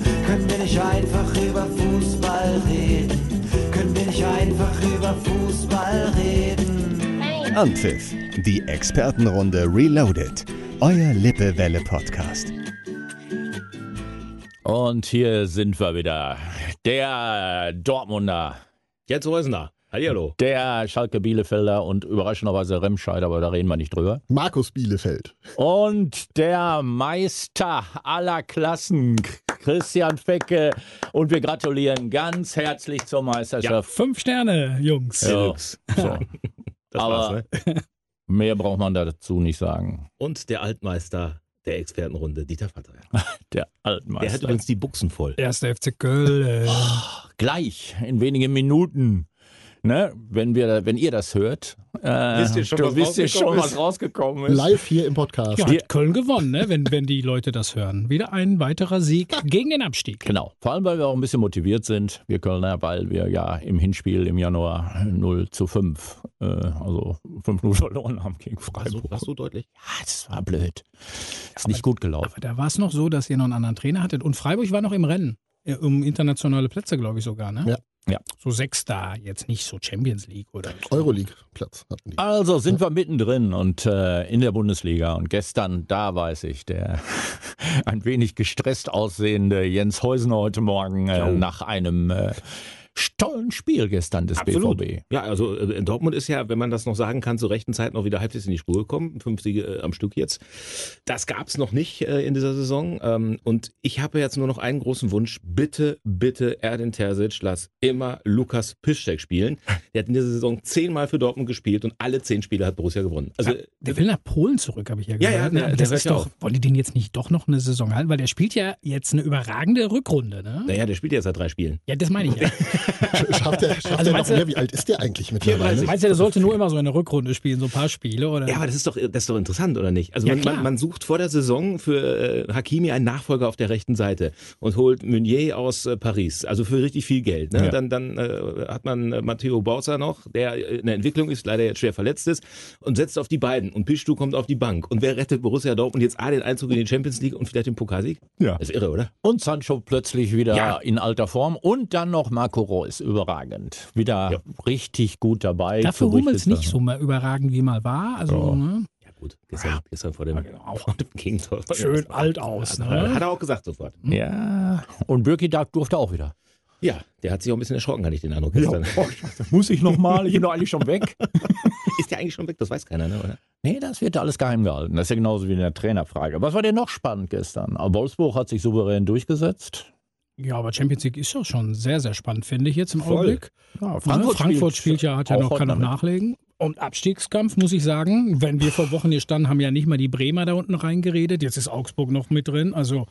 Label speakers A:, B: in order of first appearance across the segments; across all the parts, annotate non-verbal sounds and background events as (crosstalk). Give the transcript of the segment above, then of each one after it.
A: Können wir nicht einfach über Fußball reden? Können wir nicht einfach über Fußball reden?
B: Anpfiff, die Expertenrunde Reloaded, euer Lippewelle-Podcast.
C: Und hier sind wir wieder. Der Dortmunder,
D: Jetzt Reusner. Hallihallo.
C: der Schalke Bielefelder und überraschenderweise Remscheid, aber da reden wir nicht drüber.
E: Markus Bielefeld.
C: Und der Meister aller Klassen, Christian Fecke. Und wir gratulieren ganz herzlich zur Meisterschaft.
F: Fünf Sterne, Jungs.
C: Ja. So.
D: Das
C: Aber-
D: war's, ne?
C: Mehr braucht man dazu nicht sagen.
D: Und der Altmeister der Expertenrunde, Dieter Vatter.
C: Der
D: Der hat
C: Altmeister.
D: übrigens die Buchsen voll.
F: Erster FC Köln. äh,
C: gleich in wenigen Minuten. Ne, wenn, wir, wenn ihr das hört, äh,
D: Wisst ihr schon,
C: du
D: was
C: wisst ihr schon,
D: rausgekommen
C: was rausgekommen ist.
E: Live hier im Podcast.
F: Ja, hat Köln gewonnen, ne? wenn, wenn die Leute das hören. Wieder ein weiterer Sieg gegen den Abstieg.
C: Genau. Vor allem, weil wir auch ein bisschen motiviert sind, wir Kölner, weil wir ja im Hinspiel im Januar 0 zu 5, äh, also 5-0 (laughs) verloren haben gegen
D: Also,
C: Freiburg.
D: warst du deutlich?
C: Ah, das war blöd. Ist nicht gut gelaufen.
F: Da war es noch so, dass ihr noch einen anderen Trainer hattet. Und Freiburg war noch im Rennen. Ja, Um internationale Plätze, glaube ich sogar. Ne?
C: Ja.
F: So Sechster, jetzt nicht so Champions League oder so.
E: Euroleague-Platz hatten
F: Ah.
E: die.
C: Also sind wir mittendrin und äh, in der Bundesliga. Und gestern, da weiß ich, der (laughs) ein wenig gestresst aussehende Jens Häusner heute Morgen äh, nach einem äh, tollen Spiel gestern des BVB.
D: Ja, also äh, in Dortmund ist ja, wenn man das noch sagen kann, zur rechten Zeit noch wieder halbwegs in die Spur gekommen. Fünf Siege äh, am Stück jetzt. Das gab's noch nicht äh, in dieser Saison. Ähm, und ich habe jetzt nur noch einen großen Wunsch. Bitte, bitte, Erdin Terzic, lass immer Lukas Piszczek spielen. Der hat in dieser Saison zehnmal für Dortmund gespielt und alle zehn Spiele hat Borussia gewonnen. Also
F: Der will nach Polen zurück, habe ich ja
D: Ja,
F: gehört.
D: ja,
F: ne?
D: der-
F: Aber
D: der
F: das
D: hört
F: ist
D: ja
F: doch,
D: auf.
F: wollen die den jetzt nicht doch noch eine Saison halten? Weil der spielt ja jetzt eine überragende Rückrunde. Ne?
D: naja, der spielt ja seit drei Spielen.
F: Ja, das meine ich ja.
E: Schafft der, schafft
F: Also
E: der noch
F: meinst du-
E: mehr? Wie alt ist der eigentlich mittlerweile?
F: Meinst du, der sollte nur immer so eine Rückrunde spielen, so ein paar Spiele? Oder?
D: Ja, aber das ist doch, das ist doch interessant, oder nicht? Also
F: Ja,
D: man,
F: klar.
D: man, man sucht vor der Saison für äh, Hakimi einen Nachfolger auf der rechten Seite und holt Meunier aus äh, Paris, also für richtig viel Geld. Ne?
C: Ja.
D: Dann, dann äh, hat man äh, Matteo Bauza noch, der äh, in der Entwicklung ist, leider jetzt schwer verletzt ist, und setzt auf die beiden. Und Pischtu kommt auf die Bank. Und wer rettet Borussia Dortmund jetzt A, den Einzug in die Champions League und vielleicht den Pokalsieg?
C: Ja.
D: Das ist irre, oder?
C: Und Sancho plötzlich wieder
D: Ja.
C: in alter Form. Und dann noch Marco Reus, überragend. Wieder
D: Ja.
C: richtig gut dabei.
F: Dafür Hummels
C: Gerüchte-
F: nicht so mal überragend wie mal war. Also
C: Ja.
F: ne?
D: Ja gut, gestern, gestern vor dem, vor dem Gegentor.
F: genau. schön alt aus.
D: Hat
F: Ne?
D: er auch gesagt sofort.
C: Ja. Und Birki Dag durfte auch wieder.
D: Ja, der hat sich auch ein bisschen erschrocken, hatte ich den Eindruck gestern. (laughs)
C: Oh, muss ich nochmal? Ich bin doch eigentlich schon weg.
D: Ist der eigentlich schon weg? Das weiß keiner, ne? Oder?
C: (laughs) Nee, das wird alles geheim gehalten. Das ist ja genauso wie in der Trainerfrage. Was war denn noch spannend gestern? Wolfsburg hat sich souverän durchgesetzt.
F: Ja, aber Champions League ist ja schon sehr, sehr spannend, finde ich jetzt im
D: Voll.
F: Augenblick.
C: Ja,
F: Frankfurt, Frankfurt spielt, ja, hat ja
C: auch
F: noch, kann noch
C: heute
F: nachlegen. Und Abstiegskampf, muss ich sagen, wenn wir vor Wochen hier standen, haben ja nicht mal die Bremer da unten reingeredet. Jetzt ist Augsburg noch mit drin. Also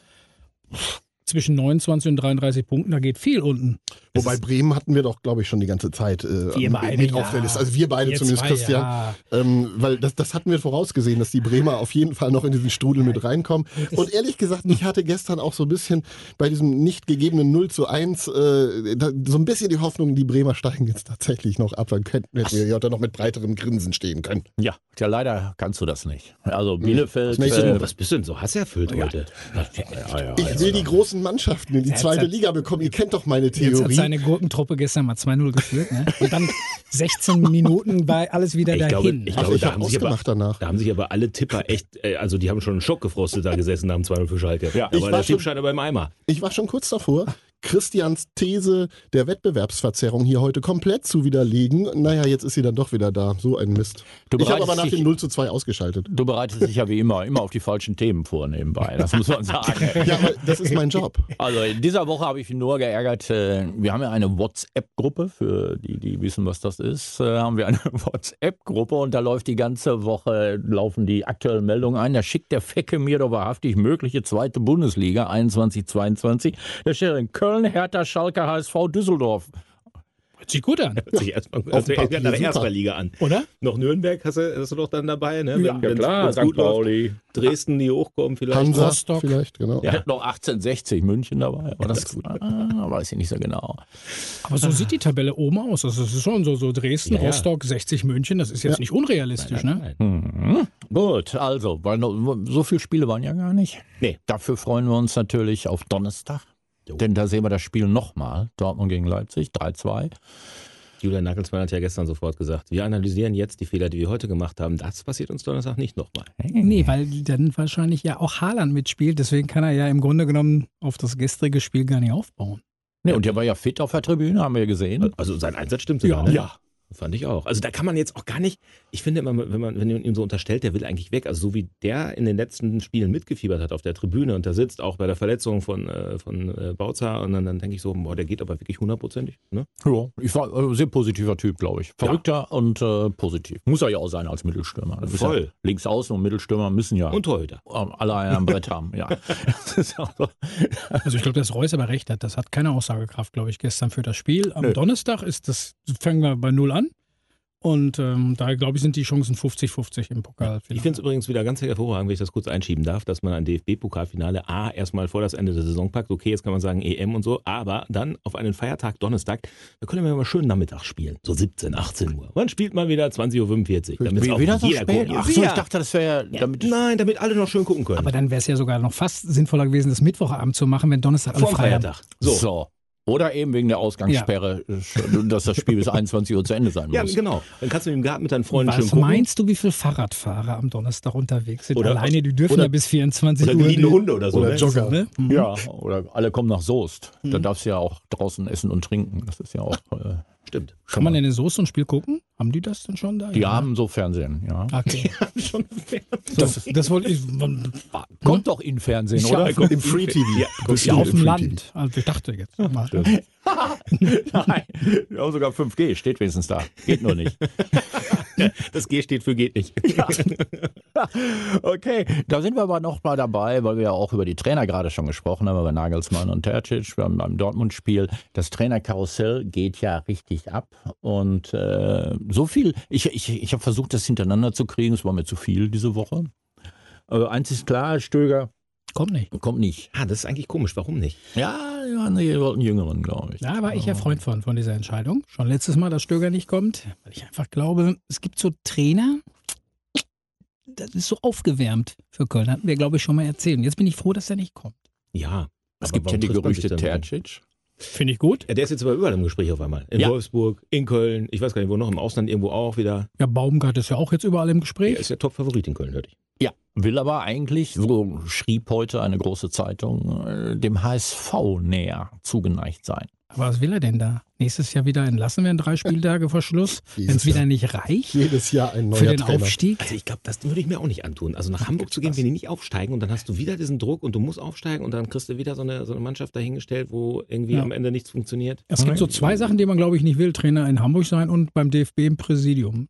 F: pff, zwischen 29 und 33 Punkten, da geht viel unten.
E: Wobei Bremen hatten wir doch, glaube ich, schon die ganze Zeit äh, mit
F: ja.
E: auf der Liste. Also wir beide
F: Ihr
E: zumindest,
F: zwei,
E: Christian.
F: ja.
E: Ähm, weil das, das hatten wir vorausgesehen, dass die Bremer auf jeden Fall noch in diesen Strudel mit reinkommen. Und ehrlich gesagt, ich hatte gestern auch so ein bisschen bei diesem nicht gegebenen 0 zu 1 äh, da, so ein bisschen die Hoffnung, die Bremer steigen jetzt tatsächlich noch ab. Dann könnten hätten wir ja dann noch mit breiterem Grinsen stehen können.
C: Ja, tja, leider kannst du das nicht. Also Bielefeld.
E: Das nächste
C: äh,
D: was bist du denn so hasserfüllt heute? Ja, ja,
E: Ich will die großen Mannschaften in die
F: Jetzt
E: zweite
F: hat-
E: Liga bekommen. Ihr kennt doch meine
F: Jetzt hat
E: Theorie.
F: seine Gurkentruppe gestern mal 2-0 geführt. Ne? Und dann 16 Minuten war alles wieder
D: Ich glaube,
F: dahin. ne?
D: ich
E: Also
D: glaube
E: ich
D: da,
E: habe
D: haben sich aber,
E: ausgemacht danach.
D: da haben sich aber alle Tipper echt, äh, also die haben schon einen Schock gefrostet da gesessen nach dem 2-0 für Schalke.
C: Ja.
D: da
E: Ich
D: war
E: war
D: der
E: schon-
D: Tippschein aber im Eimer.
E: Ich war schon kurz davor, Christians These der Wettbewerbsverzerrung hier heute komplett zu widerlegen. Naja, jetzt ist sie dann doch wieder da. So ein Mist.
C: Du
E: Ich habe
C: bereitest
E: aber nach
C: dich-
E: dem 0 zu 2 ausgeschaltet.
C: Du bereitest dich ja wie immer, immer auf die falschen Themen vor nebenbei. Das muss (laughs) man sagen.
E: Ja, aber das ist mein
F: (laughs)
E: Job.
C: Also in dieser Woche habe ich mich nur geärgert. äh, Wir haben ja eine WhatsApp-Gruppe, für die, die wissen, was das ist, äh, haben wir eine (laughs) WhatsApp-Gruppe und da läuft die ganze Woche, laufen die aktuellen Meldungen ein. Da schickt der Fecke mir doch wahrhaftig mögliche zweite Bundesliga 21, 22. Da steht in Köln, Hertha, Schalke, HSV, Düsseldorf.
F: Hört sich gut an,
D: Hört sich erstmal
E: Auf dem
D: erst
E: Papier,
D: nach der
E: super.
D: Erstliga an.
F: oder?
D: Noch Nürnberg hast du, hast du doch dann dabei, ne? Wenn- wenn's- wenn's
C: St.
D: gut läuft.
C: Pauli.
D: Dresden, die hochkommen vielleicht.
E: Hansa
F: Rostock.
E: vielleicht, genau.
C: Ja. Noch 1860 München dabei. Aber das ah, weiß ich nicht so genau.
F: Aber so sieht die Tabelle oben aus. Also es ist schon so, so Dresden,
D: Ja, ja.
F: Rostock, 60 München. Das ist jetzt nicht unrealistisch, ne?
C: Gut, also, weil noch- so viele Spiele waren ja gar nicht.
D: Nee.
C: Dafür freuen wir uns natürlich auf Donnerstag. Denn da sehen wir das Spiel nochmal. Dortmund gegen Leipzig, 3-2.
D: Julian Nagelsmann hat ja gestern sofort gesagt, wir analysieren jetzt die Fehler, die wir heute gemacht haben. Das passiert uns Donnerstag nicht nochmal.
F: Nee, weil dann wahrscheinlich ja auch Haaland mitspielt. Deswegen kann er ja im Grunde genommen auf das gestrige Spiel gar nicht aufbauen.
C: Nee, und der war ja fit auf der Tribüne, haben wir gesehen.
D: Also sein Einsatz stimmt sogar,
F: Ja.
D: ne?
E: Ja.
D: Fand ich auch. Also da kann man jetzt auch gar nicht, ich finde immer, wenn man, wenn man ihm so unterstellt, der will eigentlich weg. Also so wie der in den letzten Spielen mitgefiebert hat auf der Tribüne und da sitzt, auch bei der Verletzung von, äh, von äh, Bautzer und dann, dann denke ich so, boah, der geht aber wirklich hundertprozentig. Ne?
C: Ja, ich war ein sehr positiver Typ, glaube ich. Verrückter und äh, positiv. Muss er ja auch sein als Mittelstürmer. Das ist
D: Voll.
C: Ja, links außen und Mittelstürmer müssen ja
D: Und Torhüter.
C: ähm, alle einen am Brett haben.
D: (laughs)
C: Ja. Das ist auch so.
F: Also ich glaube, dass Reus aber recht hat. Das hat keine Aussagekraft, glaube ich, gestern für das Spiel. Am
C: Nö.
F: Donnerstag ist das, fangen wir bei Null an. Und ähm, da, glaube ich, sind die Chancen 50-50 im Pokal.
C: Genau.
D: Ich finde es übrigens wieder ganz hervorragend, wenn ich das kurz einschieben darf, dass man ein DFB-Pokalfinale A erstmal vor das Ende der Saison packt. Okay, jetzt kann man sagen EM und so, aber dann auf einen Feiertag, Donnerstag, da können wir mal schön Nachmittag spielen. So 17, 18 Uhr. Wann spielt man wieder 20.45 Uhr? Damit
C: Wie- Wieder so spät? Ach so, ich
D: ja.
C: dachte, das wäre ja, damit.
D: Nein, damit alle noch schön gucken können.
F: aber dann wäre es ja sogar noch fast sinnvoller gewesen, das Mittwochabend zu machen, wenn Donnerstag alle
D: Vor dem
F: frei haben.
D: Feiertag. So.
C: Oder eben wegen der Ausgangssperre, äh, dass das Spiel bis 21 Uhr zu Ende (laughs) sein
D: Ja,
C: muss.
D: genau. Dann kannst du im Garten mit deinen Freunden schön
F: Was
D: gucken.
F: meinst du, wie viele Fahrradfahrer am Donnerstag unterwegs sind?
D: Oder-
F: Alleine, die dürfen
D: oder-
F: ja bis 24
D: Oder
F: Uhr.
D: geliehene Hunde oder so.
E: Oder
D: ne?
E: Jogger.
F: Ne?
C: Ja, oder alle kommen nach Soest. Da darfst du ja auch draußen essen und trinken. Das ist ja auch. Äh,
D: Stimmt.
F: Kann man denn in Soße und Spiel gucken? Haben die das denn schon da?
C: die haben so Fernsehen, ja.
D: (laughs)
F: Okay.
D: Schon
F: Das, das wollte ich.
C: Kommt doch in Fernsehen, oder?
D: Äh,
E: Im Free TV.
D: Ja,
E: Bestimmt
F: Ja, auf
E: im
F: dem
E: Free TV.
F: Land. Also ich dachte jetzt. mal. (laughs)
C: Nein, wir haben sogar 5G, steht wenigstens da. Geht nur nicht.
D: Das G steht für geht nicht.
C: (laughs) Okay, da sind wir aber nochmal dabei, weil wir ja auch über die Trainer gerade schon gesprochen haben, über Nagelsmann und Terzic beim, beim Dortmund-Spiel. Das Trainerkarussell geht ja richtig ab und äh, so viel. Ich, ich, ich habe versucht, das hintereinander zu kriegen, es war mir zu viel diese Woche. Äh, eins ist klar, Stöger
F: Kommt nicht.
C: kommt nicht.
D: Ah, das ist eigentlich komisch. Warum nicht?
C: Ja, ja, nee, wir wollten Jüngeren, glaube ich.
F: Da war
D: Oh.
F: ich ja Freund von, von dieser Entscheidung. Schon letztes Mal, dass Stöger nicht kommt, weil ich einfach glaube, es gibt so Trainer, das ist so aufgewärmt für Köln. Hatten wir, glaube ich, schon mal erzählt. Und jetzt bin ich froh, dass er nicht kommt.
D: Ja.
C: Es
D: Aber
C: gibt ja
D: warum
C: die
D: trifft man sich
C: Gerüchte
D: denn mit dem?
C: Terzic.
F: Finde ich gut.
D: Ja, der ist jetzt aber überall im Gespräch auf einmal. In
C: Ja.
D: Wolfsburg, in Köln, ich weiß gar nicht, wo noch, im Ausland irgendwo auch wieder.
F: Ja, Baumgart ist ja auch jetzt überall im Gespräch.
D: Er ist ja Top-Favorit in Köln, hörte ich.
C: Ja, will aber eigentlich, so schrieb heute eine große Zeitung, äh, dem HSV näher zugeneigt sein.
F: Aber was will er denn da? Nächstes Jahr wieder entlassen werden, drei Spieltage vor Schluss. Wenn
E: Dieses
F: es wieder nicht reicht
E: Jedes Jahr ein neuer
F: für den
E: Trainer.
F: Aufstieg.
D: Also ich glaube, das würde ich mir auch nicht antun. Also nach Hamburg zu gehen, wenn die nicht aufsteigen und dann hast du wieder diesen Druck und du musst aufsteigen und dann kriegst du wieder so eine, so eine Mannschaft dahingestellt, wo irgendwie
F: Ja.
D: am Ende nichts funktioniert. Hm.
F: Es gibt so zwei Sachen, die man, glaube ich, nicht will. Trainer in Hamburg sein und beim DFB im Präsidium.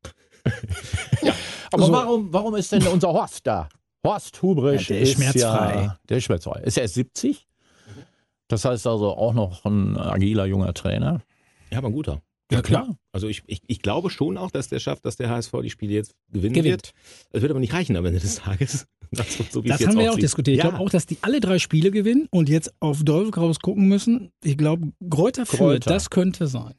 C: Aber
F: So.
C: warum, warum ist denn unser Horst da? Horst Hubrisch
F: Ja, der ist schmerzfrei.
C: Ja, der ist schmerzfrei. Ist er erst 70? Das heißt also auch noch ein agiler junger Trainer.
D: Ja, aber ein guter.
F: Ja, klar.
D: Also ich, ich, ich glaube schon auch, dass der schafft, dass der HSV die Spiele jetzt gewinnen
F: Gewinnt.
D: wird. Es wird aber nicht reichen am Ende des Tages. (laughs) Das, so wie es
F: Das
D: jetzt
F: haben wir ja auch
D: aussieht.
F: diskutiert. Ich
D: Ja.
F: glaube auch, dass die alle drei Spiele gewinnen und jetzt auf Dolph raus gucken müssen. Ich glaube, Kräuter führt,
C: Kräuter.
F: das könnte sein.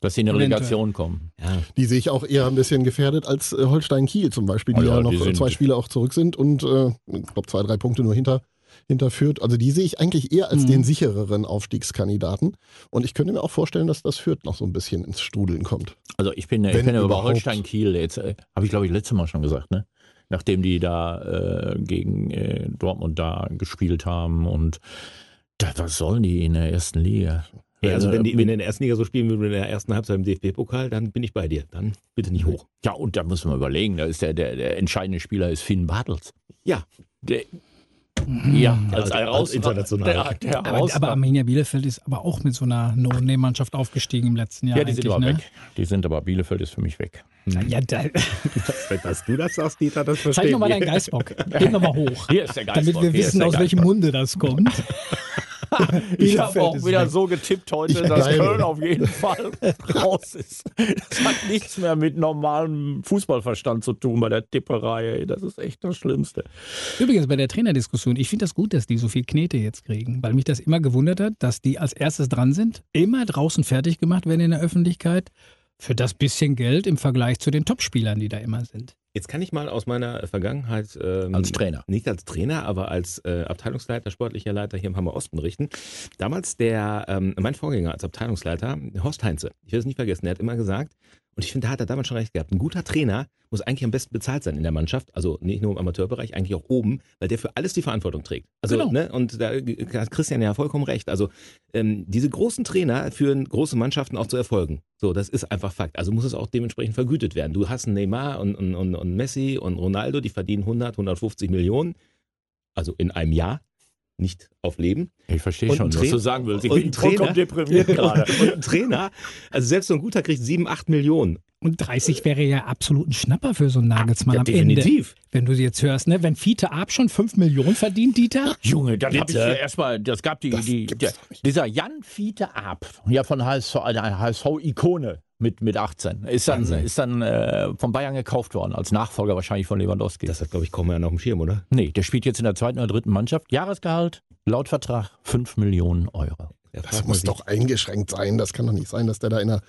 C: Dass sie in die
F: Eventuell.
C: Relegation kommen.
D: Ja.
E: Die sehe ich auch eher ein bisschen gefährdet als äh, Holstein-Kiel zum Beispiel, die
C: Ah ja,
E: ja, noch
C: die
E: äh,
C: sind-
E: zwei Spiele auch zurück sind und äh, ich glaube zwei, drei Punkte nur hinter hinterführt. Also die sehe ich eigentlich eher als
F: Mhm.
E: den sichereren Aufstiegskandidaten. Und ich könnte mir auch vorstellen, dass das Fürth noch so ein bisschen ins Strudeln kommt.
C: Also ich bin, ich
E: Wenn
C: bin ja über
E: überhaupt.
C: Holstein-Kiel. Jetzt äh, habe ich, glaube ich, letztes Mal schon gesagt, ne? Nachdem die da äh, gegen äh, Dortmund da gespielt haben und da, was sollen die in der ersten Liga?
D: Ja, also wenn die wenn
C: mit-
D: die in der ersten Liga so spielen würden wie in der ersten Halbzeit im DFB-Pokal, dann bin ich bei dir. Dann bitte nicht hoch.
C: Ja, und da müssen wir überlegen, da ist der, der, der entscheidende Spieler ist Finn Bartels.
D: Ja.
C: Der, ja,
D: als- als Mhm. also international.
C: Der, der
F: Aber,
C: Aus-
F: aber Arminia Bielefeld ist aber auch mit so einer No-Name-Mannschaft aufgestiegen im letzten Jahr.
C: ja, die sind
F: eigentlich,
C: aber
F: ne?
C: weg. Die sind aber, Bielefeld ist für mich weg.
F: Ja, da,
D: Wenn das du das sagst, Dieter, das
F: zeig
D: wir.
F: nochmal deinen
C: (laughs)
F: Geistbock. Geh nochmal hoch.
C: Hier ist der Geist.
F: Damit wir wissen, aus welchem Munde das kommt.
C: Ich habe
F: Bielefeld
C: auch
F: ist
C: wieder
F: weg.
C: so getippt heute,
E: Ich
C: dass
E: bleibe.
C: Köln auf jeden Fall (laughs) raus ist. Das hat nichts mehr mit normalem Fußballverstand zu tun bei der Tipperei. ey. Das ist echt das Schlimmste.
F: Übrigens bei der Trainerdiskussion, ich finde das gut, dass die so viel Knete jetzt kriegen, weil mich das immer gewundert hat, dass die als erstes dran sind, immer draußen fertig gemacht werden in der Öffentlichkeit für das bisschen Geld im Vergleich zu den Topspielern, die da immer sind.
D: Jetzt kann ich mal aus meiner Vergangenheit ähm,
C: Als Trainer.
D: nicht als Trainer, aber als äh, Abteilungsleiter, sportlicher Leiter hier im Hammer Osten berichten. Damals der, ähm, mein Vorgänger als Abteilungsleiter, Horst Heinze, ich werde es nie vergessen, der hat immer gesagt, und ich finde, da hat er damals schon recht gehabt, ein guter Trainer muss eigentlich am besten bezahlt sein in der Mannschaft, also nicht nur im Amateurbereich, eigentlich auch oben, weil der für alles die Verantwortung trägt. Also,
F: Genau.
D: ne, und da hat Christian ja vollkommen recht. Also, ähm, diese großen Trainer führen große Mannschaften auch zu Erfolgen. So, das ist einfach Fakt. Also muss es auch dementsprechend vergütet werden. Du hast einen Neymar und, und, und, und Messi und Ronaldo, die verdienen 100, 150 Millionen, also in einem Jahr, nicht auf Leben.
C: Ich verstehe
D: Und
C: schon,
D: ein
C: was
D: Tra-
C: du sagen willst. Ich
D: und
C: bin
D: ein Trainer.
C: vollkommen (laughs) deprimiert gerade.
D: Und ein Trainer, also selbst so ein guter kriegt 7, 8 Millionen.
F: Und 30 wäre ja absolut ein Schnapper für so einen Nagelsmann
D: Ja,
F: am Ende.
D: definitiv.
F: Wenn du sie jetzt hörst, ne? Wenn Fiete Ab schon 5 Millionen verdient, Dieter?
C: Junge, dann hab ich
D: Bitte?
C: ja erstmal, das gab die,
E: Das
C: die
E: gibt's
C: der,
E: doch nicht.
C: dieser Jan Fiete Ab, ja von HSV, eine HSV-Ikone mit, mit 18, ist dann,
D: Wahnsinn.
C: ist dann äh, von Bayern gekauft worden, als Nachfolger wahrscheinlich von Lewandowski.
D: Das hat, glaube ich, kaum einer auf dem Schirm, oder?
C: nee, der spielt jetzt in der zweiten oder dritten Mannschaft. Jahresgehalt, laut Vertrag 5 Millionen Euro.
D: Da
E: Das
D: fragt man
E: muss
D: sich,
E: doch eingeschränkt sein. Das kann doch nicht sein, dass der da in der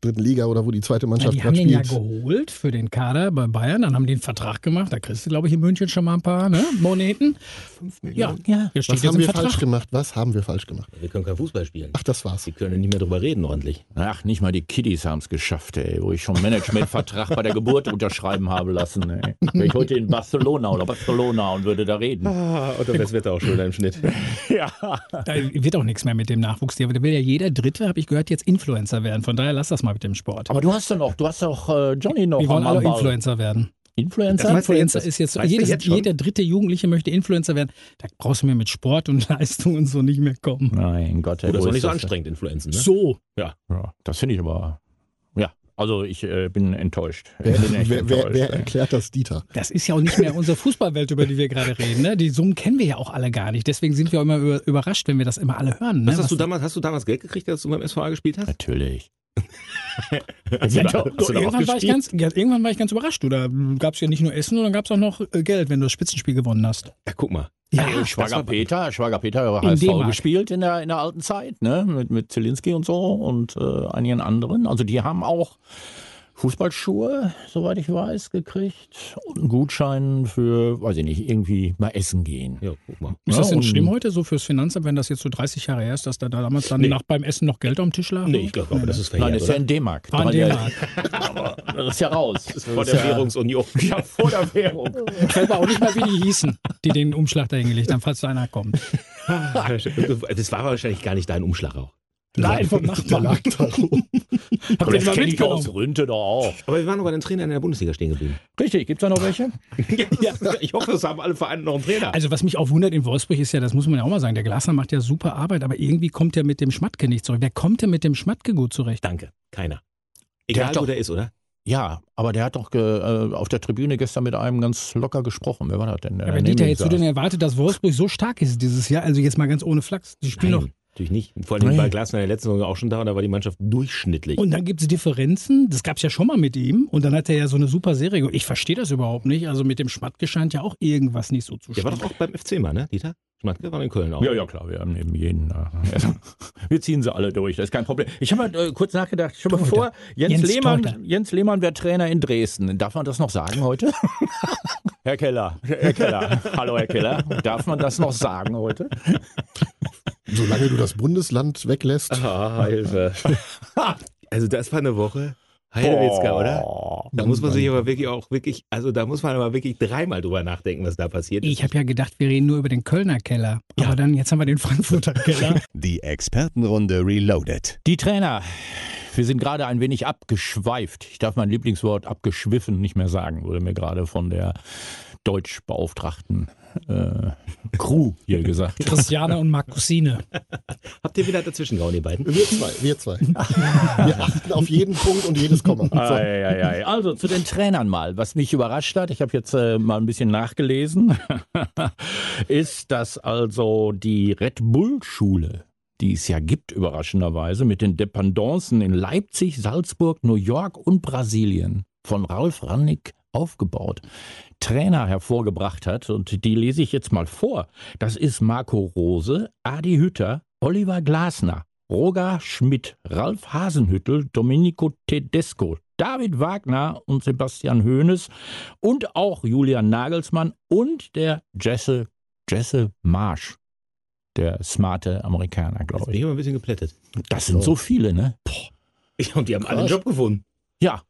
E: dritten Liga oder wo die zweite
F: Ja,
E: Mannschaft
F: die haben
E: gerade
F: ihn ja
E: spielt.
F: geholt für den Kader bei Bayern, dann haben die einen Vertrag gemacht. Da kriegst du, glaube ich, in München schon mal ein paar ne? Moneten. Ja, ja. Hier steht
E: Was
F: jetzt
E: haben
F: im
E: wir
F: Vertrag.
E: falsch gemacht? Was haben wir falsch gemacht?
D: Wir können kein Fußball spielen.
E: Ach, das war's.
D: Sie können nicht mehr drüber reden ordentlich.
C: Ach, nicht mal die Kiddies haben es geschafft, ey, wo ich schon einen Managementvertrag bei der Geburt unterschreiben habe lassen. Ey. Wäre ich heute in Barcelona oder Barcelona und würde da reden.
D: Ah, und dann wäre das Wetter auch schöner im (laughs) Schnitt.
C: Ja.
F: Da wird auch nichts mehr mit dem Nachwuchs. Da will ja jeder Dritte, habe ich gehört, jetzt Influencer werden. Von daher lass das mal mit dem Sport.
C: Aber du hast doch noch, du hast doch äh, Johnny noch.
F: wir wollen
C: am
F: alle
C: Ball.
F: Influencer werden.
C: Influencer?
D: meinst du jetzt?
F: Influencer
D: Das
F: ist jetzt,
D: weißt du
F: jedes,
D: jetzt schon?
F: jeder dritte Jugendliche möchte Influencer werden. Da brauchst du mir mit Sport und (laughs) Leistung und so nicht mehr kommen.
C: Nein, Gott, ey,
D: Oder ist
C: wo
D: auch nicht so
C: das
D: anstrengend, Influenzen, ne?
F: So,
C: denn? Ja, das finde ich aber. Ja, also ich äh, bin enttäuscht. Ich
E: Wer,
C: bin echt
E: wer, wer,
C: enttäuscht,
E: wer
C: ey.
E: erklärt das Dieter?
F: das ist ja auch nicht mehr unsere Fußballwelt, über die wir gerade reden. Ne? Die Summen kennen wir ja auch alle gar nicht. Deswegen sind wir auch immer über, überrascht, wenn wir das immer alle hören. Ne?
D: Was hast, du damals, hast du damals Geld gekriegt, als du beim SVA gespielt hast?
C: Natürlich.
F: ja,
D: Hast du
F: doch,
D: da- hast du da auch
F: irgendwann, war ich
D: gespielt?
F: ganz, ja, irgendwann war ich ganz überrascht. Du, da gab es ja nicht nur Essen, sondern gab es auch noch äh, Geld, wenn du das Spitzenspiel gewonnen hast.
D: Ja, guck mal.
C: Ey, Schwager Peter, Schwager Peter hat
F: In
C: HSV
F: D-Mark.
C: gespielt in der, in der alten Zeit, ne? Mit, mit Zielinski und so und äh, einigen anderen. Also die haben auch Fußballschuhe, soweit ich weiß, gekriegt und einen Gutschein für, weiß ich nicht, irgendwie mal essen gehen.
D: Ja, guck mal.
F: Ist das
C: Ja,
F: denn
C: und-
F: schlimm heute so fürs Finanzamt, wenn das jetzt so 30 Jahre her ist, dass da damals dann
D: Nee.
F: nach beim Essen noch Geld am Tisch lag?
D: Nee, ich glaube, das ist verjährt,
C: Nein, ist ja
D: oder?
C: in D-Mark.
F: Ah, in
C: Drei- (laughs)
F: D-Mark.
C: Aber das ist ja raus. Das
D: Vor der (laughs) Währungsunion.
C: Ja, vor der Währung.
F: (laughs) Fällt mir auch nicht mehr, wie die hießen, die den Umschlag da hingelegt haben, falls da einer kommt.
D: Das war wahrscheinlich gar nicht dein Umschlag auch.
F: Nein,
E: (laughs)
F: vom
E: Der
F: Nachbarn.
E: lag da rum.
F: Habt ihr
C: Das
F: mal
C: kenne ich doch aus
F: mitgenommen?
C: Rünte doch auch.
D: Aber wir waren noch bei den Trainern in der Bundesliga stehen geblieben.
C: Richtig, gibt es da noch welche?
D: (laughs) ja, ich hoffe, es haben alle Vereine noch einen Trainer.
F: Also was mich auch wundert in Wolfsburg ist ja, das muss man ja auch mal sagen, der Glasner macht ja super Arbeit, aber irgendwie kommt er mit dem Schmatke nicht zurecht. Wer kommt denn mit dem Schmatke gut zurecht?
D: Danke, keiner.
C: Der
D: Egal,
C: hat doch-
D: wo der ist, oder?
C: Ja, aber der hat doch ge, äh, auf der Tribüne gestern mit einem ganz locker gesprochen. Wer war das denn? Äh, Der
F: Ja, aber
C: daneben
F: Dieter, hättest du
C: saß.
F: denn erwartet, dass Wolfsburg so stark ist dieses Jahr? Also jetzt mal ganz ohne Flachs. Die spielen noch.
D: Nein, natürlich nicht. Vor allem
C: Nee.
D: war Glasner in der letzten Saison auch schon da und da war die Mannschaft durchschnittlich.
F: Und dann gibt es Differenzen, das gab es ja schon mal mit ihm und dann hat er ja so eine super Serie. ge- Ich verstehe das überhaupt nicht. Also mit dem Schmatke scheint ja auch irgendwas nicht so zu
D: der
F: stimmen.
D: war doch auch beim FC mal, ne, Dieter? Schmatke war in Köln auch.
C: Ja, ja, klar, wir haben eben jeden. äh, wir ziehen sie alle durch, das ist kein Problem. Ich habe mal äh, kurz nachgedacht, schon mal vor,
F: Torhüter.
C: Jens,
F: Jens
C: Lehmann,
F: Torhüter.
C: Jens Lehmann wäre Trainer in Dresden. Darf man das noch sagen heute? Herr Keller, Herr Keller, hallo Herr Keller, darf man das noch sagen heute?
E: Solange du das Bundesland weglässt,
D: Ah, Hilfe. (laughs) also das war eine Woche. Heidewitzka, oder? Da muss man sich aber wirklich auch wirklich, also da muss man aber wirklich dreimal drüber nachdenken, was da passiert ist.
F: Ich habe ja gedacht, wir reden nur über den Kölner Keller. Aber dann, jetzt haben wir den
D: (laughs)
F: Frankfurter Keller.
B: Die Expertenrunde Reloaded.
C: Die Trainer. Wir sind gerade ein wenig abgeschweift. Ich darf mein Lieblingswort abgeschwiffen nicht mehr sagen, wurde mir gerade von der Deutschbeauftragten äh, Crew hier gesagt.
F: Christiane und (laughs) Markusine.
D: Habt ihr wieder dazwischen gehauen, ihr beiden?
E: wir zwei, wir zwei. Wir achten auf jeden Punkt und jedes Komma. (laughs) So.
C: Ei, ei, ei. Also zu den Trainern mal. Was mich überrascht hat, ich habe jetzt äh, mal ein bisschen nachgelesen, (laughs) ist, dass also die Red Bull-Schule, die es ja gibt, überraschenderweise, mit den Dependancen in Leipzig, Salzburg, New York und Brasilien von Ralf Rannick aufgebaut, Trainer hervorgebracht hat. Und die lese ich jetzt mal vor. Das ist Marco Rose, Adi Hütter, Oliver Glasner. Roger Schmidt, Ralf Hasenhüttel, Domenico Tedesco, David Wagner und Sebastian Hoeneß und auch Julian Nagelsmann und der Jesse, Jesse Marsch. Der smarte Amerikaner,
D: Jetzt
C: glaube
D: bin ich
C: ich.
D: immer ein bisschen geplättet.
C: Das sind so viele, ne?
D: Ja, und die haben alle einen
E: Krass.
D: Job gefunden.
C: Ja.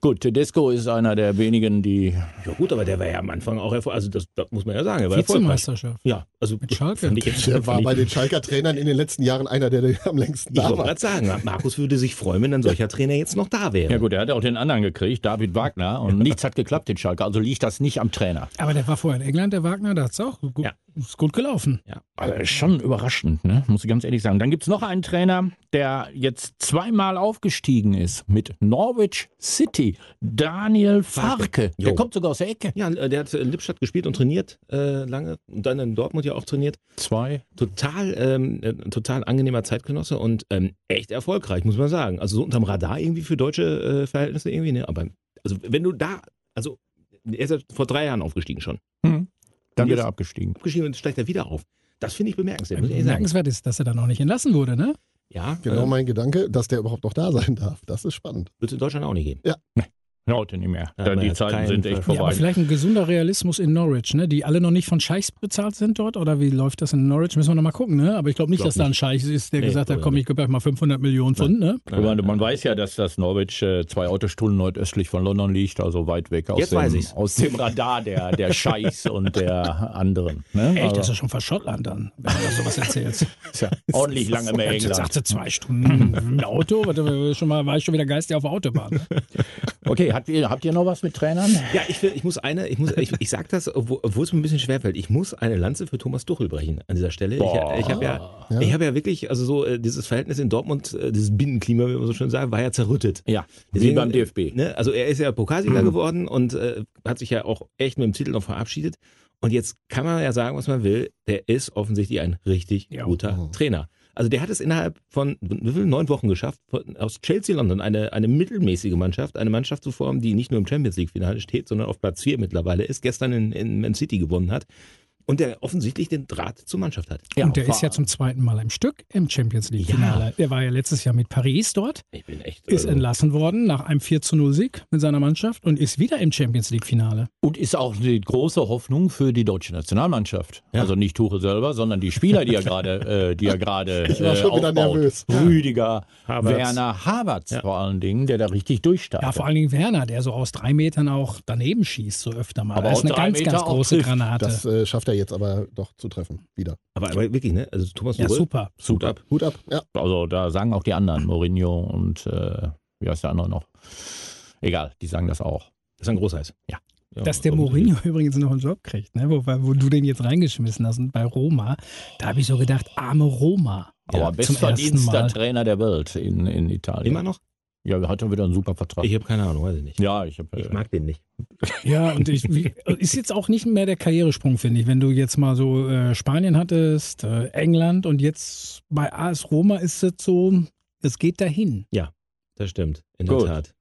C: Gut, Tedesco ist einer der wenigen, die.
D: Ja gut, aber der war ja am Anfang auch erfolgreich. Also das, das muss man ja sagen. Er war erfolgreich.
F: Vizemeisterschaft.
D: Ja, also
F: Mit Schalke.
D: fand ich jetzt-
E: (laughs) Der war
D: fand
E: bei
D: ich-
E: den Schalker Trainern in den letzten Jahren einer, der, der am längsten
D: Ich
E: da
D: wollte
E: war.
D: gerade sagen, Markus würde sich freuen, wenn ein solcher Trainer jetzt noch da wäre.
C: Ja, gut, er hat auch den anderen gekriegt, David Wagner. Und nichts hat geklappt in Schalke. Also liegt das nicht am Trainer.
F: Aber der war vorher in England, der Wagner, da hat's auch gut,
D: Ja.
F: ist gut gelaufen.
C: Aber ist schon überraschend, ne? muss ich ganz ehrlich sagen. Dann gibt es noch einen Trainer, der jetzt zweimal aufgestiegen ist mit Norwich City, Daniel Farke.
D: Jo.
C: Der kommt sogar aus der Ecke.
D: Ja, äh, der hat äh, Lippstadt gespielt und trainiert äh, lange und dann in Dortmund ja auch trainiert.
C: Zwei.
D: Total, ähm, äh, total angenehmer Zeitgenosse und ähm, echt erfolgreich, muss man sagen. Also so unterm Radar irgendwie für deutsche äh, Verhältnisse irgendwie. Ne? Aber also wenn du da, also er ist ja vor drei Jahren aufgestiegen schon.
C: Dann
D: Und
C: wieder
D: jetzt-
C: abgestiegen.
D: Abgestiegen und steigt er wieder auf. Das finde ich bemerkenswert, muss ich ehrlich sagen.
F: Bemerkenswert ist, dass er dann auch nicht entlassen wurde, ne?
D: Ja,
E: Genau
D: äh,
E: mein Gedanke, dass der überhaupt noch da sein darf. Das ist spannend.
D: wird in Deutschland auch nicht geben.
C: Heute nicht mehr.
D: Ja,
C: Dann die
D: aber
C: Zeiten
D: kein
C: sind echt
D: Fall.
F: Ja, aber
C: vorbei.
F: vielleicht ein gesunder Realismus in Norwich, ne? Die alle noch nicht von Scheichs bezahlt sind dort oder wie läuft das in Norwich? Müssen wir noch mal gucken, ne? Aber ich glaube nicht,
D: Glaub
F: dass da ein Scheich ist, der
D: Nee,
F: gesagt hat,
D: glaub ich
F: komm,
D: nicht.
F: ich gebe euch mal 500 Millionen Pfund, ne?
C: Aber man weiß ja, dass das Norwich äh, zwei Autostunden nordöstlich von London liegt, also weit weg aus,
D: Jetzt
C: dem,
D: weiß ich's.
C: aus dem Radar der, der
D: (laughs)
C: Scheichs und der anderen. Ne?
F: Echt, das
C: Also,
F: ist schon fast Schottland dann, wenn du da sowas erzählst.
C: ist
D: (laughs)
C: ja ordentlich
F: (laughs)
C: lange mehr
F: Ich
C: England.
F: sagte zwei Stunden im Auto, warte, schon mal, war ich schon wieder geistig auf der Autobahn. ne?
C: Okay, habt ihr, habt ihr noch was mit Trainern?
D: Ja, ich, will, ich muss eine, ich muss, ich, ich sag das, obwohl obwohl es mir ein bisschen schwerfällt, ich muss eine Lanze für Thomas Tuchel brechen an dieser Stelle.
C: Boah.
D: Ich, ich habe ja, ich habe ja wirklich, also so äh, dieses Verhältnis in Dortmund, äh, dieses Binnenklima, wie man so schön sagt, war ja zerrüttet.
C: Ja, wie
D: Deswegen,
C: beim
D: äh,
C: DFB.
D: Ne? Also er ist ja Pokalsieger
F: Mhm.
D: geworden und äh, hat sich ja auch echt mit dem Titel noch verabschiedet. Und jetzt kann man ja sagen, was man will, der ist offensichtlich ein richtig
F: Ja. Mhm.
D: guter Trainer. Also der hat es innerhalb von wie viel, neun Wochen geschafft, von, aus Chelsea London eine, eine mittelmäßige Mannschaft, eine Mannschaft zu formen, die nicht nur im Champions League-Finale steht, sondern auf Platz 4 mittlerweile ist, gestern in, in Man City gewonnen hat und der offensichtlich den Draht zur Mannschaft hat.
C: Ja,
F: Und der
C: vor-
F: ist ja zum zweiten Mal im Stück im Champions League-Finale. Der war ja letztes Jahr mit Paris dort,
D: Ich bin echt.
F: ist
D: also,
F: entlassen worden nach einem 4 zu 0 Sieg mit seiner Mannschaft und ist wieder im Champions League-Finale.
C: Und ist auch die große Hoffnung für die deutsche Nationalmannschaft. Also nicht Tuchel selber, sondern die Spieler, die er gerade, äh, die er gerade
E: Ich war
C: äh,
E: schon wieder
C: aufbaut.
E: nervös.
C: Rüdiger,
D: Havertz.
C: Werner, Havertz vor allen Dingen, der da richtig durchstartet.
F: Ja, vor allen Dingen Werner, der so aus drei Metern auch daneben schießt, so öfter mal.
C: Aber aus
F: das ist eine
C: drei
F: ganz,
C: Meter
F: ganz
C: auch
F: große
C: trifft.
F: Granate.
E: Das äh, schafft er jetzt aber doch zu treffen. Wieder.
D: aber, aber wirklich, ne? Also Thomas
F: ja,
D: Tuchel,
F: super.
D: Hut ab.
E: Hut ab. Ja.
C: Also da sagen auch die anderen, Mourinho und äh, wie heißt der andere noch? Egal, die sagen das auch.
D: Das ist ein Großheiß.
C: Ja.
D: Ja,
F: Dass der
D: so-
F: Mourinho übrigens noch einen Job kriegt, ne? wo, wo du den jetzt reingeschmissen hast und bei Roma. Da habe ich so gedacht, arme Roma.
C: Aber
F: zum ersten
C: bestverdienster
F: Mal.
C: Trainer der Welt in, in Italien.
D: Immer noch?
C: Ja, hat er wieder einen super Vertrag.
D: Ich habe keine Ahnung, weiß ich nicht.
C: ja, ich äh, habe.
D: Ich mag den nicht.
F: Ja, und ich, wie- ist jetzt auch nicht mehr der Karrieresprung, finde ich. Wenn du jetzt mal so äh, Spanien hattest, äh, England und jetzt bei AS Roma ist es so, es geht dahin.
D: Das stimmt, in
C: Gut.
D: der Tat.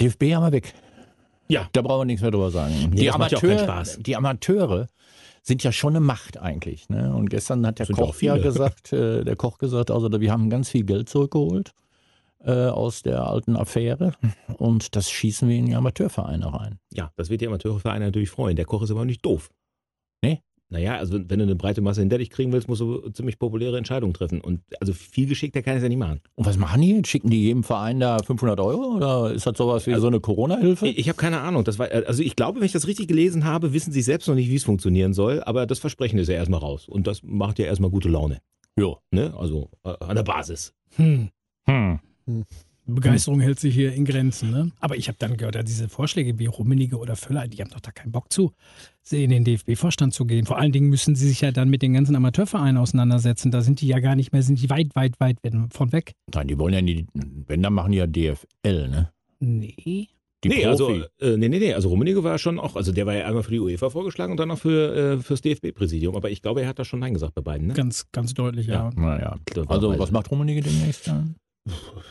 C: DFB haben wir weg.
D: Ja.
C: Da brauchen wir nichts mehr drüber sagen. die,
D: das macht ja auch keinen
C: Amateure,
D: Spaß.
C: die Amateure sind ja schon eine Macht eigentlich. Ne? Und gestern hat der
D: Sind auch
C: Koch
D: viele.
C: ja gesagt, äh, der Koch gesagt, also wir haben ganz viel Geld zurückgeholt äh, aus der alten Affäre und das schießen wir in die Amateurvereine rein.
D: Ja, das wird die Amateurvereine natürlich freuen. Der Koch ist aber auch nicht doof.
C: Nee?
D: Naja, also wenn du eine breite Masse hinter dich kriegen willst, musst du ziemlich populäre Entscheidungen treffen. Und also viel geschickter kann es ja nicht machen.
C: Und was machen die? Schicken die jedem Verein da 500 Euro oder ist das sowas wie so eine Corona-Hilfe?
D: Also Ich, ich habe keine Ahnung. Das war, also ich glaube, wenn ich das richtig gelesen habe, wissen sie selbst noch nicht, wie es funktionieren soll. Aber das Versprechen ist ja erstmal raus. Und das macht ja erstmal gute Laune.
C: Jo.
D: Ne? Also äh, an der Basis.
F: Hm.
C: Hm.
F: Begeisterung hält sich hier in Grenzen. Ne? Aber ich habe dann gehört, ja, diese Vorschläge wie Rummenigge oder Völler, die haben doch da keinen Bock zu, in den DFB-Vorstand zu gehen. Vor allen Dingen müssen sie sich ja dann mit den ganzen Amateurvereinen auseinandersetzen. Da sind die ja gar nicht mehr, sind die weit, weit, weit von weg.
C: Nein, die wollen ja nicht, wenn, dann machen die ja DFL, ne?
F: Nee.
C: Die
D: nee,
C: Profi.
D: also äh, nee, nee, nee. Also Rummenigge war schon auch, also der war ja einmal für die UEFA vorgeschlagen und dann auch für äh, fürs DFB-Präsidium. Aber ich glaube, er hat da schon Nein gesagt bei beiden. Ne?
F: Ganz, ganz deutlich, ja.
C: naja. Also was macht Rummenigge demnächst dann?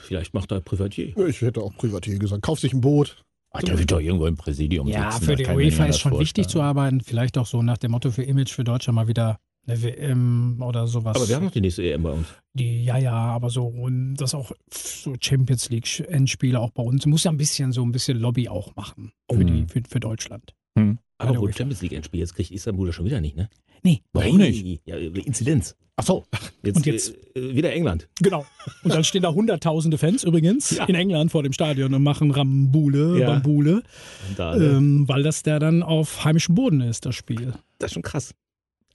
D: Vielleicht macht er Privatier.
E: Ich hätte auch Privatier gesagt. Kauf sich ein Boot.
C: Ah, der wird doch irgendwo im Präsidium
F: Ja,
C: sitzen.
F: für
C: das
F: die
C: kann ich mir nicht
F: UEFA ist
C: anders
F: schon wichtig zu
C: vorstellen.
F: arbeiten. Vielleicht auch so nach dem Motto für Image für Deutschland mal wieder eine WM oder sowas.
D: Aber wir haben noch die nächste EM bei uns.
F: die, ja, ja, aber so, und das auch so Champions League Endspiele auch bei uns. Muss ja ein bisschen so ein bisschen Lobby auch machen für, die, für, für Deutschland.
D: Aber
F: Ja,
D: wo
F: okay.
D: Champions League Endspiel, jetzt kriegt Istanbul das schon wieder nicht, ne?
F: Nee,
C: Warum
D: Nein.
C: nicht?
D: Ja, äh, Inzidenz.
C: Ach so.
D: Jetzt,
F: Und jetzt-
D: äh, wieder England.
F: genau. Und dann stehen da hunderttausende Fans übrigens
D: Ja.
F: in England vor dem Stadion und machen Rambule,
D: Ja.
F: Bambule,
D: Da, ne?
F: ähm, weil das da dann auf heimischem Boden ist, das Spiel.
D: Das ist schon krass.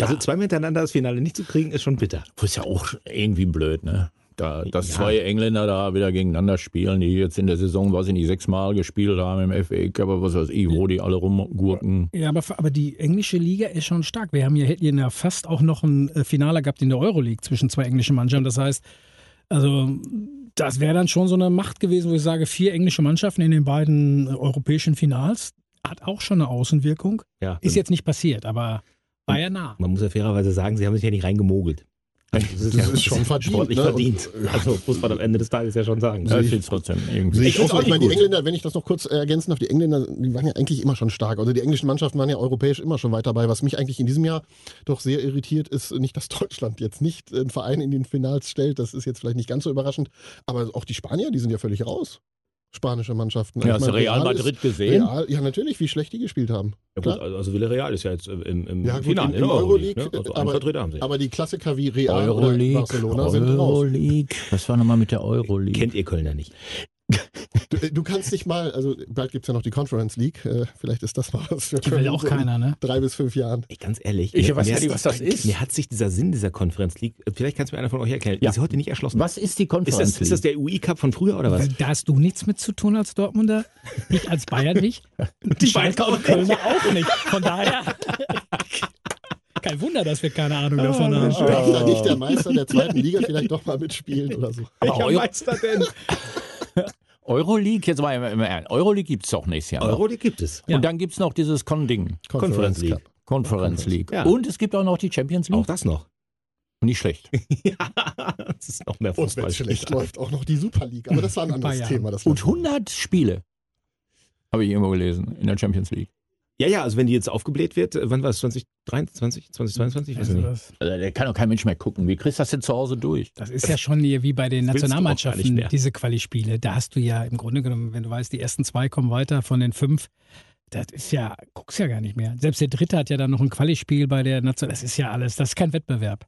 D: Also zweimal hintereinander das Finale nicht zu kriegen, ist schon bitter.
C: Das ist ja auch irgendwie blöd, ne? Da, dass
D: Ja.
C: zwei Engländer da wieder gegeneinander spielen, die jetzt in der Saison, weiß ich nicht, sechsmal gespielt haben im FA Cup, aber was weiß ich, wo die alle rumgurken.
F: Ja, aber, aber die englische Liga ist schon stark. Wir haben ja, hätten ja fast auch noch ein äh, Finale gehabt in der Euroleague zwischen zwei englischen Mannschaften. Das heißt, also das wäre dann schon so eine Macht gewesen, wo ich sage, vier englische Mannschaften in den beiden äh, europäischen Finals hat auch schon eine Außenwirkung.
D: Ja.
F: Ist jetzt nicht passiert, aber war ja nah.
D: Man muss ja fairerweise sagen, sie haben sich ja nicht reingemogelt. Also das
E: Das ist schon verdient,
D: Sportlich
E: ne?
D: verdient.
E: Und- ja.
D: Also muss man am Ende des Tages ja schon sagen. ne?
C: Ja, ich finde es trotzdem irgendwie.
E: Sehe ich
D: find's
E: auch so.
D: auch
E: Ich meine,
D: nicht
E: die
D: gut.
E: Engländer, wenn ich das noch kurz äh, ergänzen darf, die Engländer, die waren ja eigentlich immer schon stark. Also die englischen Mannschaften waren ja europäisch immer schon weit dabei. Was mich eigentlich in diesem Jahr doch sehr irritiert, ist äh, nicht, dass Deutschland jetzt nicht einen Verein in den Finals stellt. Das ist jetzt vielleicht nicht ganz so überraschend. Aber auch die Spanier, die sind ja völlig raus. Spanische Mannschaften.
C: Ja,
E: Ich
C: hast du
E: meine,
C: Real
E: ist-
C: Madrid gesehen?
E: Real, ja, natürlich, wie schlecht die gespielt haben.
D: Ja gut,
E: Klar.
D: also also Villarreal ist ja jetzt äh, im, im
E: Ja, gut,
D: Finale.
E: in-
D: der
E: in Euroleague,
D: ne? also
E: äh,
D: einen
E: aber-
D: Vertreter haben sie.
E: Aber die Klassiker wie Real
C: Euroleague.
E: oder Barcelona sind raus.
C: Euroleague. Was war nochmal mit der Euroleague?
D: Kennt ihr Kölner nicht.
E: Du, äh, du kannst nicht mal, also bald gibt es ja noch die Conference League. Äh, vielleicht ist das mal was für
F: Die will auch keiner, ne?
E: drei bis fünf Jahren.
D: Ey, ganz ehrlich.
C: Ich
D: mir-
C: weiß
D: mir
C: gar
D: hat-
C: nicht, was das ist.
D: Mir hat sich dieser Sinn dieser Konferenz League, äh, vielleicht kannst du mir einer von euch erklären,
C: Ja.
D: ist heute nicht erschlossen.
C: was ist die
D: Ist
C: Konferenz?
D: das, ist das der UI-Cup von früher oder was?
F: Da hast du nichts mit zu tun als Dortmunder, nicht als Bayern nicht. Und (laughs) Die Schalker und Kölner auch nicht. Von (laughs) daher kein Wunder, dass wir keine Ahnung davon haben.
E: Darf da nicht der Meister der zweiten Liga vielleicht doch mal mitspielen oder so?
C: Aber Euro,
D: Meister (laughs) denn?
C: Euroleague, jetzt mal im im Ernst. Euroleague gibt es doch nächstes Jahr. noch.
D: Euro, die gibt es.
F: Ja.
C: Und dann gibt es noch dieses Con-Ding.
D: Conference League.
C: Conference League.
D: Ja.
C: Und es gibt auch noch die Champions League.
D: Auch das noch. (laughs)
C: Nicht (laughs) schlecht.
D: das ist noch mehr
E: Und wenn
D: Fußball.
E: es schlecht läuft, auch noch die Super League. Aber das war ein anderes
F: Bayern.
E: Thema. Das
C: Und
E: lassen wir.
C: 100 Spiele. Habe ich irgendwo gelesen. In der Champions League.
D: Ja, ja, also wenn die jetzt aufgebläht wird, äh, wann war es? 2023, 2022? Weiß ich
F: Also
D: nicht.
F: das,
C: Also, da kann doch kein Mensch mehr gucken. Wie kriegst du das denn zu Hause durch?
F: das ist ja schon hier wie bei den
D: Das willst du auch gar nicht
F: Nationalmannschaften,
D: mehr.
F: diese Quali-Spiele. Da hast du ja im Grunde genommen, wenn du weißt, die ersten zwei kommen weiter von den fünf. Das ist ja, guckst ja gar nicht mehr. Selbst der Dritte hat ja dann noch ein Quali-Spiel bei der National. Das ist ja alles, das ist kein Wettbewerb.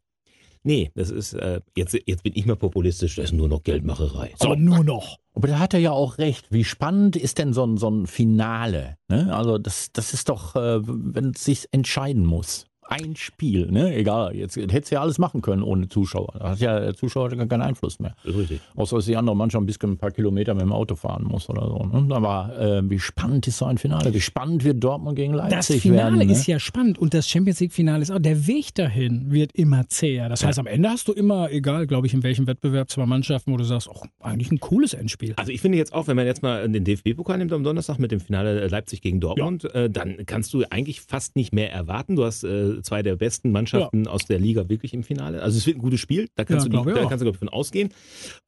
D: Nee, das ist, äh, jetzt, jetzt bin ich mal populistisch, das ist nur noch Geldmacherei.
F: So, nur noch.
C: Aber da hat er ja auch recht. Wie spannend ist denn so ein, so ein Finale? Ne? Also, das, das ist doch, äh, wenn es sich entscheiden muss. Ein Spiel, ne? Egal, jetzt hättest du ja alles machen können ohne Zuschauer. Da hat ja der Zuschauer gar keinen Einfluss mehr.
D: Das ist richtig.
C: Außer dass die andere Mannschaft ein bisschen ein paar Kilometer mit dem Auto fahren muss oder so. Ne? Aber äh, wie spannend ist so ein Finale? Wie spannend wird Dortmund gegen
F: Das
C: Leipzig
F: Finale
C: werden? ne?
F: ist ja spannend und das Champions League Finale ist auch. Der Weg dahin wird immer zäher. Das heißt, am Ende hast du immer, egal, glaube ich, in welchem Wettbewerb zwei Mannschaften, wo du sagst, oh, eigentlich ein cooles Endspiel.
D: Also ich finde jetzt auch, wenn man jetzt mal den DFB-Pokal nimmt am Donnerstag mit dem Finale Leipzig gegen Dortmund, äh, dann kannst du eigentlich fast nicht mehr erwarten. Du hast äh, zwei der besten Mannschaften aus der Liga wirklich im Finale. Also es wird ein gutes Spiel, da kannst du
F: Ja, glaub
D: nicht,
F: ich
D: da
F: auch.
D: kannst du glaube ich von ausgehen.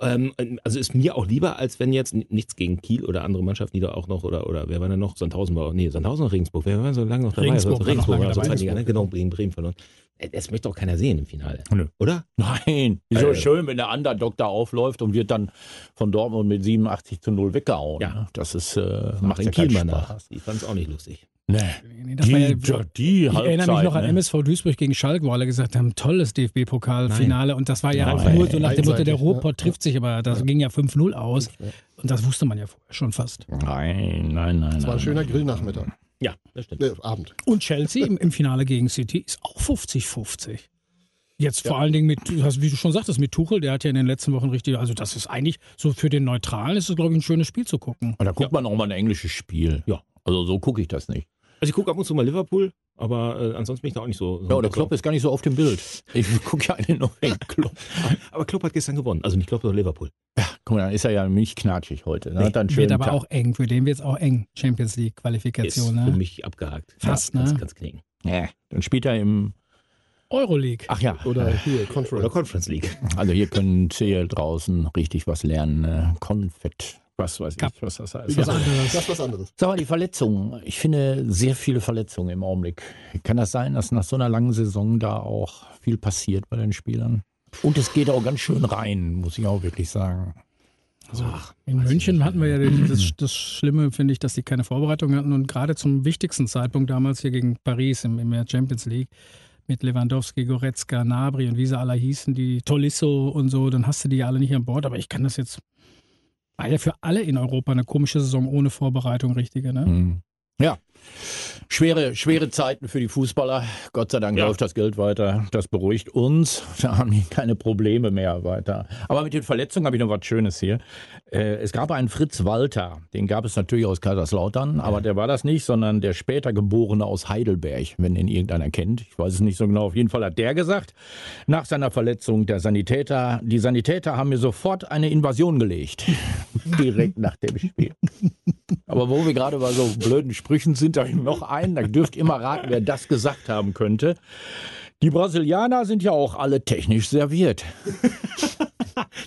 D: Ähm, also ist mir auch lieber, als wenn jetzt n- nichts gegen Kiel oder andere Mannschaften, die da auch noch oder oder wer war denn noch? Sandhausen war nee, Sandhausen oder Regensburg. Wer war so lange noch dabei?
F: Regensburg
D: also,
F: war noch
D: Regensburg
F: lange
D: war so
F: dabei.
D: Zweitliga, ne? Genau, gegen Bremen verloren. Äh, Das möchte auch keiner sehen im Finale,
C: Nö.
D: oder?
C: Nein, ist
D: Äh.
C: so schön, wenn der Underdog da aufläuft und wird dann von Dortmund mit 87 zu 0 weggehauen.
D: Ja.
C: ne? Das ist, äh, macht ja
D: den
C: keinen
D: Kielmann
C: Spaß.
D: nach. Ich fand es auch nicht lustig.
C: Nee.
F: Nee, das war ja-
C: Die, die,
F: ich
C: Halbzeit,
F: erinnere mich noch an
C: ne?
F: MSV Duisburg gegen Schalke, wo alle gesagt haben, tolles DFB-Pokalfinale. Und das war ja
D: Nein.
F: auch nur so nach dem Motto,
E: Einseitig,
F: der
E: ne?
F: Ruhrpott trifft sich, aber das ging ja 5-0 aus. Und das wusste man ja vorher schon fast.
C: Nein, nein, nein.
E: Das war ein
C: nein.
E: schöner Grillnachmittag.
D: Ja, das stimmt.
E: Äh, Abend.
F: Und Chelsea im, im Finale gegen City ist auch 50-50. Jetzt vor allen Dingen mit, also wie du schon sagtest, mit Tuchel, der hat ja in den letzten Wochen richtig, also das ist eigentlich so für den Neutralen ist es, glaube ich, ein schönes Spiel zu gucken.
C: Aber da guckt man auch mal ein englisches Spiel.
D: Ja.
C: Also so gucke ich das nicht.
D: Also ich gucke ab und zu mal Liverpool, aber äh, ansonsten bin ich da auch nicht so. so
C: Ja, oder Klopp ist gar nicht so auf dem Bild. Ich (laughs) gucke ja einen neuen Klopp.
D: Aber Klopp hat gestern gewonnen. Also nicht Klopp, sondern Liverpool.
C: Guck mal, dann ist er ja nicht knatschig heute. Ne? Hat dann
F: Wird aber auch eng, für den wird es auch eng. Champions League
D: Ist
F: Qualifikation,
D: für
F: ne?
D: mich abgehakt.
F: Fast,
D: ja,
F: ne?
D: Kannst, kannst knicken.
C: Nee, dann spielt er im.
F: Euroleague.
C: Ach ja,
E: Oder hier,
C: (laughs)
E: Conference.
D: Oder Conference League.
C: also hier könnt ihr draußen richtig was lernen. Ne? Konfett. was weiß
F: Cup.
C: ich, was das heißt.
E: Das
F: was
E: ist
F: anderes.
E: Das ist was anderes.
C: Sag mal, die Verletzungen. Ich finde sehr viele Verletzungen im Augenblick. Kann das sein, dass nach so einer langen Saison da auch viel passiert bei den Spielern? Und es geht auch ganz schön rein, muss ich auch wirklich sagen.
F: In München hatten wir ja den, das, das Schlimme, finde ich, dass die keine Vorbereitung hatten und gerade zum wichtigsten Zeitpunkt damals hier gegen Paris im, in der Champions League mit Lewandowski, Goretzka, Nabri und wie sie alle hießen, die Tolisso und so, dann hast du die ja alle nicht an Bord, aber ich kann das jetzt. War ja für alle in Europa eine komische Saison ohne Vorbereitung, richtige, ne?
C: Hm. Ja. Schwere, schwere Zeiten für die Fußballer. Gott sei Dank
D: Ja.
C: läuft das Geld weiter. Das beruhigt uns. Da haben die keine Probleme mehr weiter. Aber mit den Verletzungen habe ich noch was Schönes hier. Äh, es gab einen Fritz Walter. Den gab es natürlich aus Kaiserslautern. Aber der war das nicht, sondern der später geborene aus Heidelberg, wenn ihn irgendeiner kennt. Ich weiß es nicht so genau. Auf jeden Fall hat der gesagt, nach seiner Verletzung der Sanitäter, die Sanitäter haben mir sofort eine Invasion gelegt. (laughs) Direkt nach dem Spiel. Aber wo wir gerade bei so blöden Sprüchen sind, da habe ich noch einen. Da dürft ihr mal raten, wer das gesagt haben könnte. Die Brasilianer sind ja auch alle technisch serviert.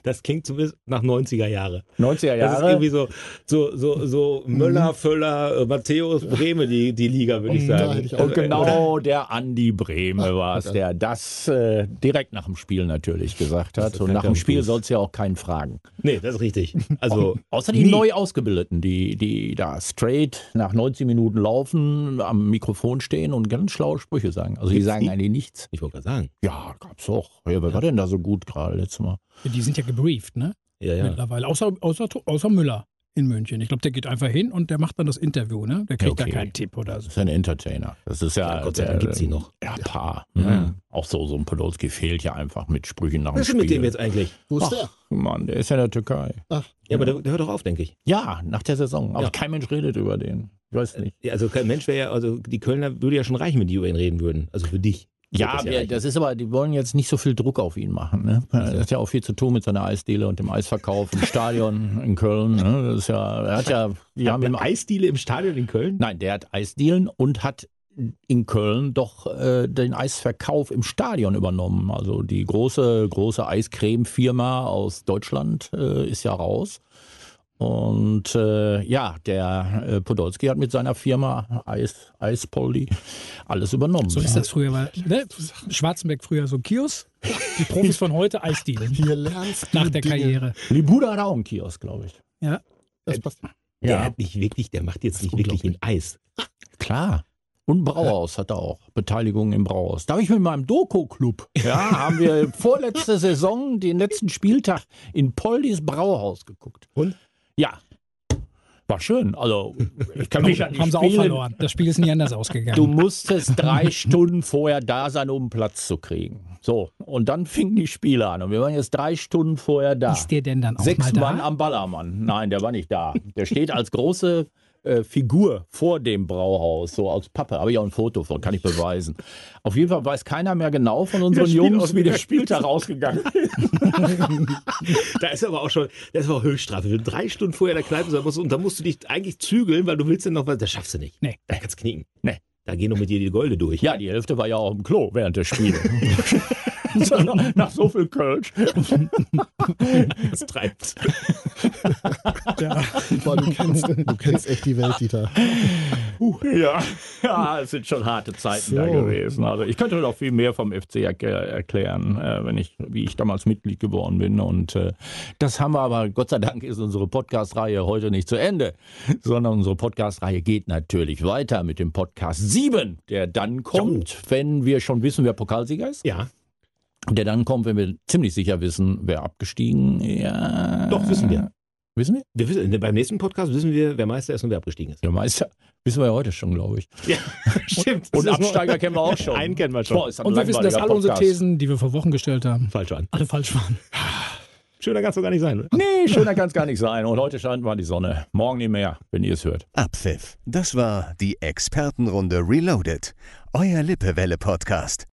D: Das klingt zumindest nach 90er Jahre.
C: 90er
D: Das ist
C: Jahre. Mhm.
D: irgendwie so, so, so, so Möller, Föller, äh, Matthäus, Breme, die, die Liga, würde
C: Mhm,
D: ich
E: da
D: sagen.
E: hätte ich auch-
C: und genau der Andi Brehme war es, der das äh, direkt nach dem Spiel natürlich gesagt hat.
D: ist
C: Und nach
D: halt
C: dem
D: ganz
C: Spiel
D: doof.
C: soll's ja auch keinen fragen.
D: Nee, das ist richtig. Also,
C: Oh, Außer die
D: nie.
C: neu ausgebildeten, die, die da straight nach 90 Minuten laufen, am Mikrofon stehen und ganz schlaue Sprüche sagen. Also die
D: Gibt's
C: sagen
D: die?
C: eigentlich nichts.
D: Ich wollte gerade sagen.
C: Ja, gab's auch. Ja, wer war denn da so gut gerade letztes Mal?
F: Die sind ja gebrieft, ne?
D: Ja, ja.
F: Mittlerweile. Außer, außer, außer Müller in München. Ich glaube, der geht einfach hin und der macht dann das Interview, ne? Der kriegt
C: Okay.
F: da keinen Tipp oder so.
C: Das ist ein Entertainer. Das ist ja.
D: Ja, Gott sei Dank
C: der-
D: gibt's ihn noch.
C: Ja, Paar. Mhm. Auch so, so ein Podolski fehlt ja einfach mit Sprüchen nach dem
D: Was ist
C: Spiel.
D: denn mit dem jetzt eigentlich?
E: Wo ist
C: Ach,
E: der?
C: Mann, der ist ja in der Türkei.
D: Ja, aber der, der hört doch auf, denke ich.
C: Ja, nach der Saison. Aber
D: Ja.
C: kein Mensch redet über den. Ich weiß nicht.
D: Ja, also kein Mensch wäre ja, also die Kölner würde ja schon reichen, wenn die über ihn reden würden. Also für dich.
C: Äh, Ja,
D: das
C: das,
D: ja
C: wir,
D: reichen.
C: das ist aber, die wollen jetzt nicht so viel Druck auf ihn machen. Ne? Das hat ja auch viel zu tun mit seiner Eisdiele und dem Eisverkauf (laughs) im Stadion in Köln. Ne? Das ist ja, er hat ja, die haben ihm
D: Eisdiele im Stadion in Köln?
C: Nein, der hat Eisdielen und hat in Köln doch äh, den Eisverkauf im Stadion übernommen. Also die große, große Eiscreme-Firma aus Deutschland äh, ist ja raus. Und äh, ja, der äh, Podolski hat mit seiner Firma Eis, Eispoldi alles übernommen.
F: So ist das früher, weil ne? Schwarzenberg früher so ein Kiosk, die Profis von heute Eisdielen
E: Hier lernst du
F: nach der
E: Dinge.
F: Karriere.
C: Libuda hat auch einen Kiosk, glaube ich.
F: Ja.
E: Das passt.
D: Der hat nicht wirklich, der macht jetzt nicht wirklich in Eis.
C: Klar. Und Brauhaus hat er auch. Beteiligung im Brauhaus. Da habe ich mit meinem Doku-Club, ja, (laughs) haben wir vorletzte Saison den letzten Spieltag in Poldis Brauhaus geguckt.
D: Und?
C: Ja. War schön. Also, ich kann mich an die
F: Haben sie auch
C: Spiele-
F: verloren. Das Spiel ist nie anders
C: Du
F: ausgegangen.
C: musstest drei (laughs) Stunden vorher da sein, um einen Platz zu kriegen. So, und dann fingen die Spiele an. Und wir waren jetzt drei Stunden vorher da.
F: Ist der denn dann auch
C: Sechs
F: mal
C: Mann
F: da?
C: am Ballermann. Nein, der war nicht da. Der steht als große äh, Figur vor dem Brauhaus, so aus Pappe. Habe ich auch ein Foto von, kann ich beweisen. Auf jeden Fall weiß keiner mehr genau von unseren Jungs, wie der Spieltag ausgegangen
F: (laughs)
C: ist.
D: Da ist aber auch schon, das war Höchststrafe. Wenn du drei Stunden vorher in der Kneipe sein musst und da musst du dich eigentlich zügeln, weil du willst dann noch was, das schaffst du nicht.
F: Nee.
D: Da kannst du knicken.
C: Nee.
D: Da gehen doch mit dir die Golde durch.
C: Ja, die Hälfte war ja auch im Klo während des
F: (laughs)
C: Spiels. (laughs) So, Nach so viel Kölsch.
D: das treibt.
E: Boah, du kennst, du kennst echt die Welt, Dieter.
C: (laughs) Ja. ja, es sind schon harte Zeiten da
E: So.
C: gewesen. Also ich könnte noch viel mehr vom FC er erklären, äh, wenn ich, wie ich damals Mitglied geworden bin. Und äh, das haben wir aber, Gott sei Dank ist unsere Podcast-Reihe heute nicht zu Ende, sondern unsere Podcast-Reihe geht natürlich weiter mit dem Podcast 7, der dann kommt, wenn wir schon wissen, wer Pokalsieger ist.
D: Ja,
C: Der dann kommt, wenn wir ziemlich sicher wissen, wer abgestiegen Ja.
D: doch, wissen wir.
C: Wissen wir?
D: wir wissen, ne, beim nächsten Podcast wissen wir, wer Meister ist und wer abgestiegen ist.
C: Der Meister wissen wir ja heute schon, glaube ich.
D: Ja, (laughs) stimmt.
C: Und Absteiger kennen wir
F: (laughs)
C: auch schon.
D: Einen kennen wir schon.
C: Boah, ist das ein
F: Und wir wissen, dass alle unsere
C: langweiliger
F: Thesen, die wir vor Wochen gestellt haben,
D: (laughs) Falsch an.
F: alle falsch waren.
D: Schöner kann es doch gar nicht sein, oder?
C: Nee, schöner kann es gar nicht sein. Und heute scheint mal die Sonne. Morgen nicht mehr, wenn ihr es hört.
B: Abpfiff. Das war die Expertenrunde Reloaded. Euer Lippewelle-Podcast.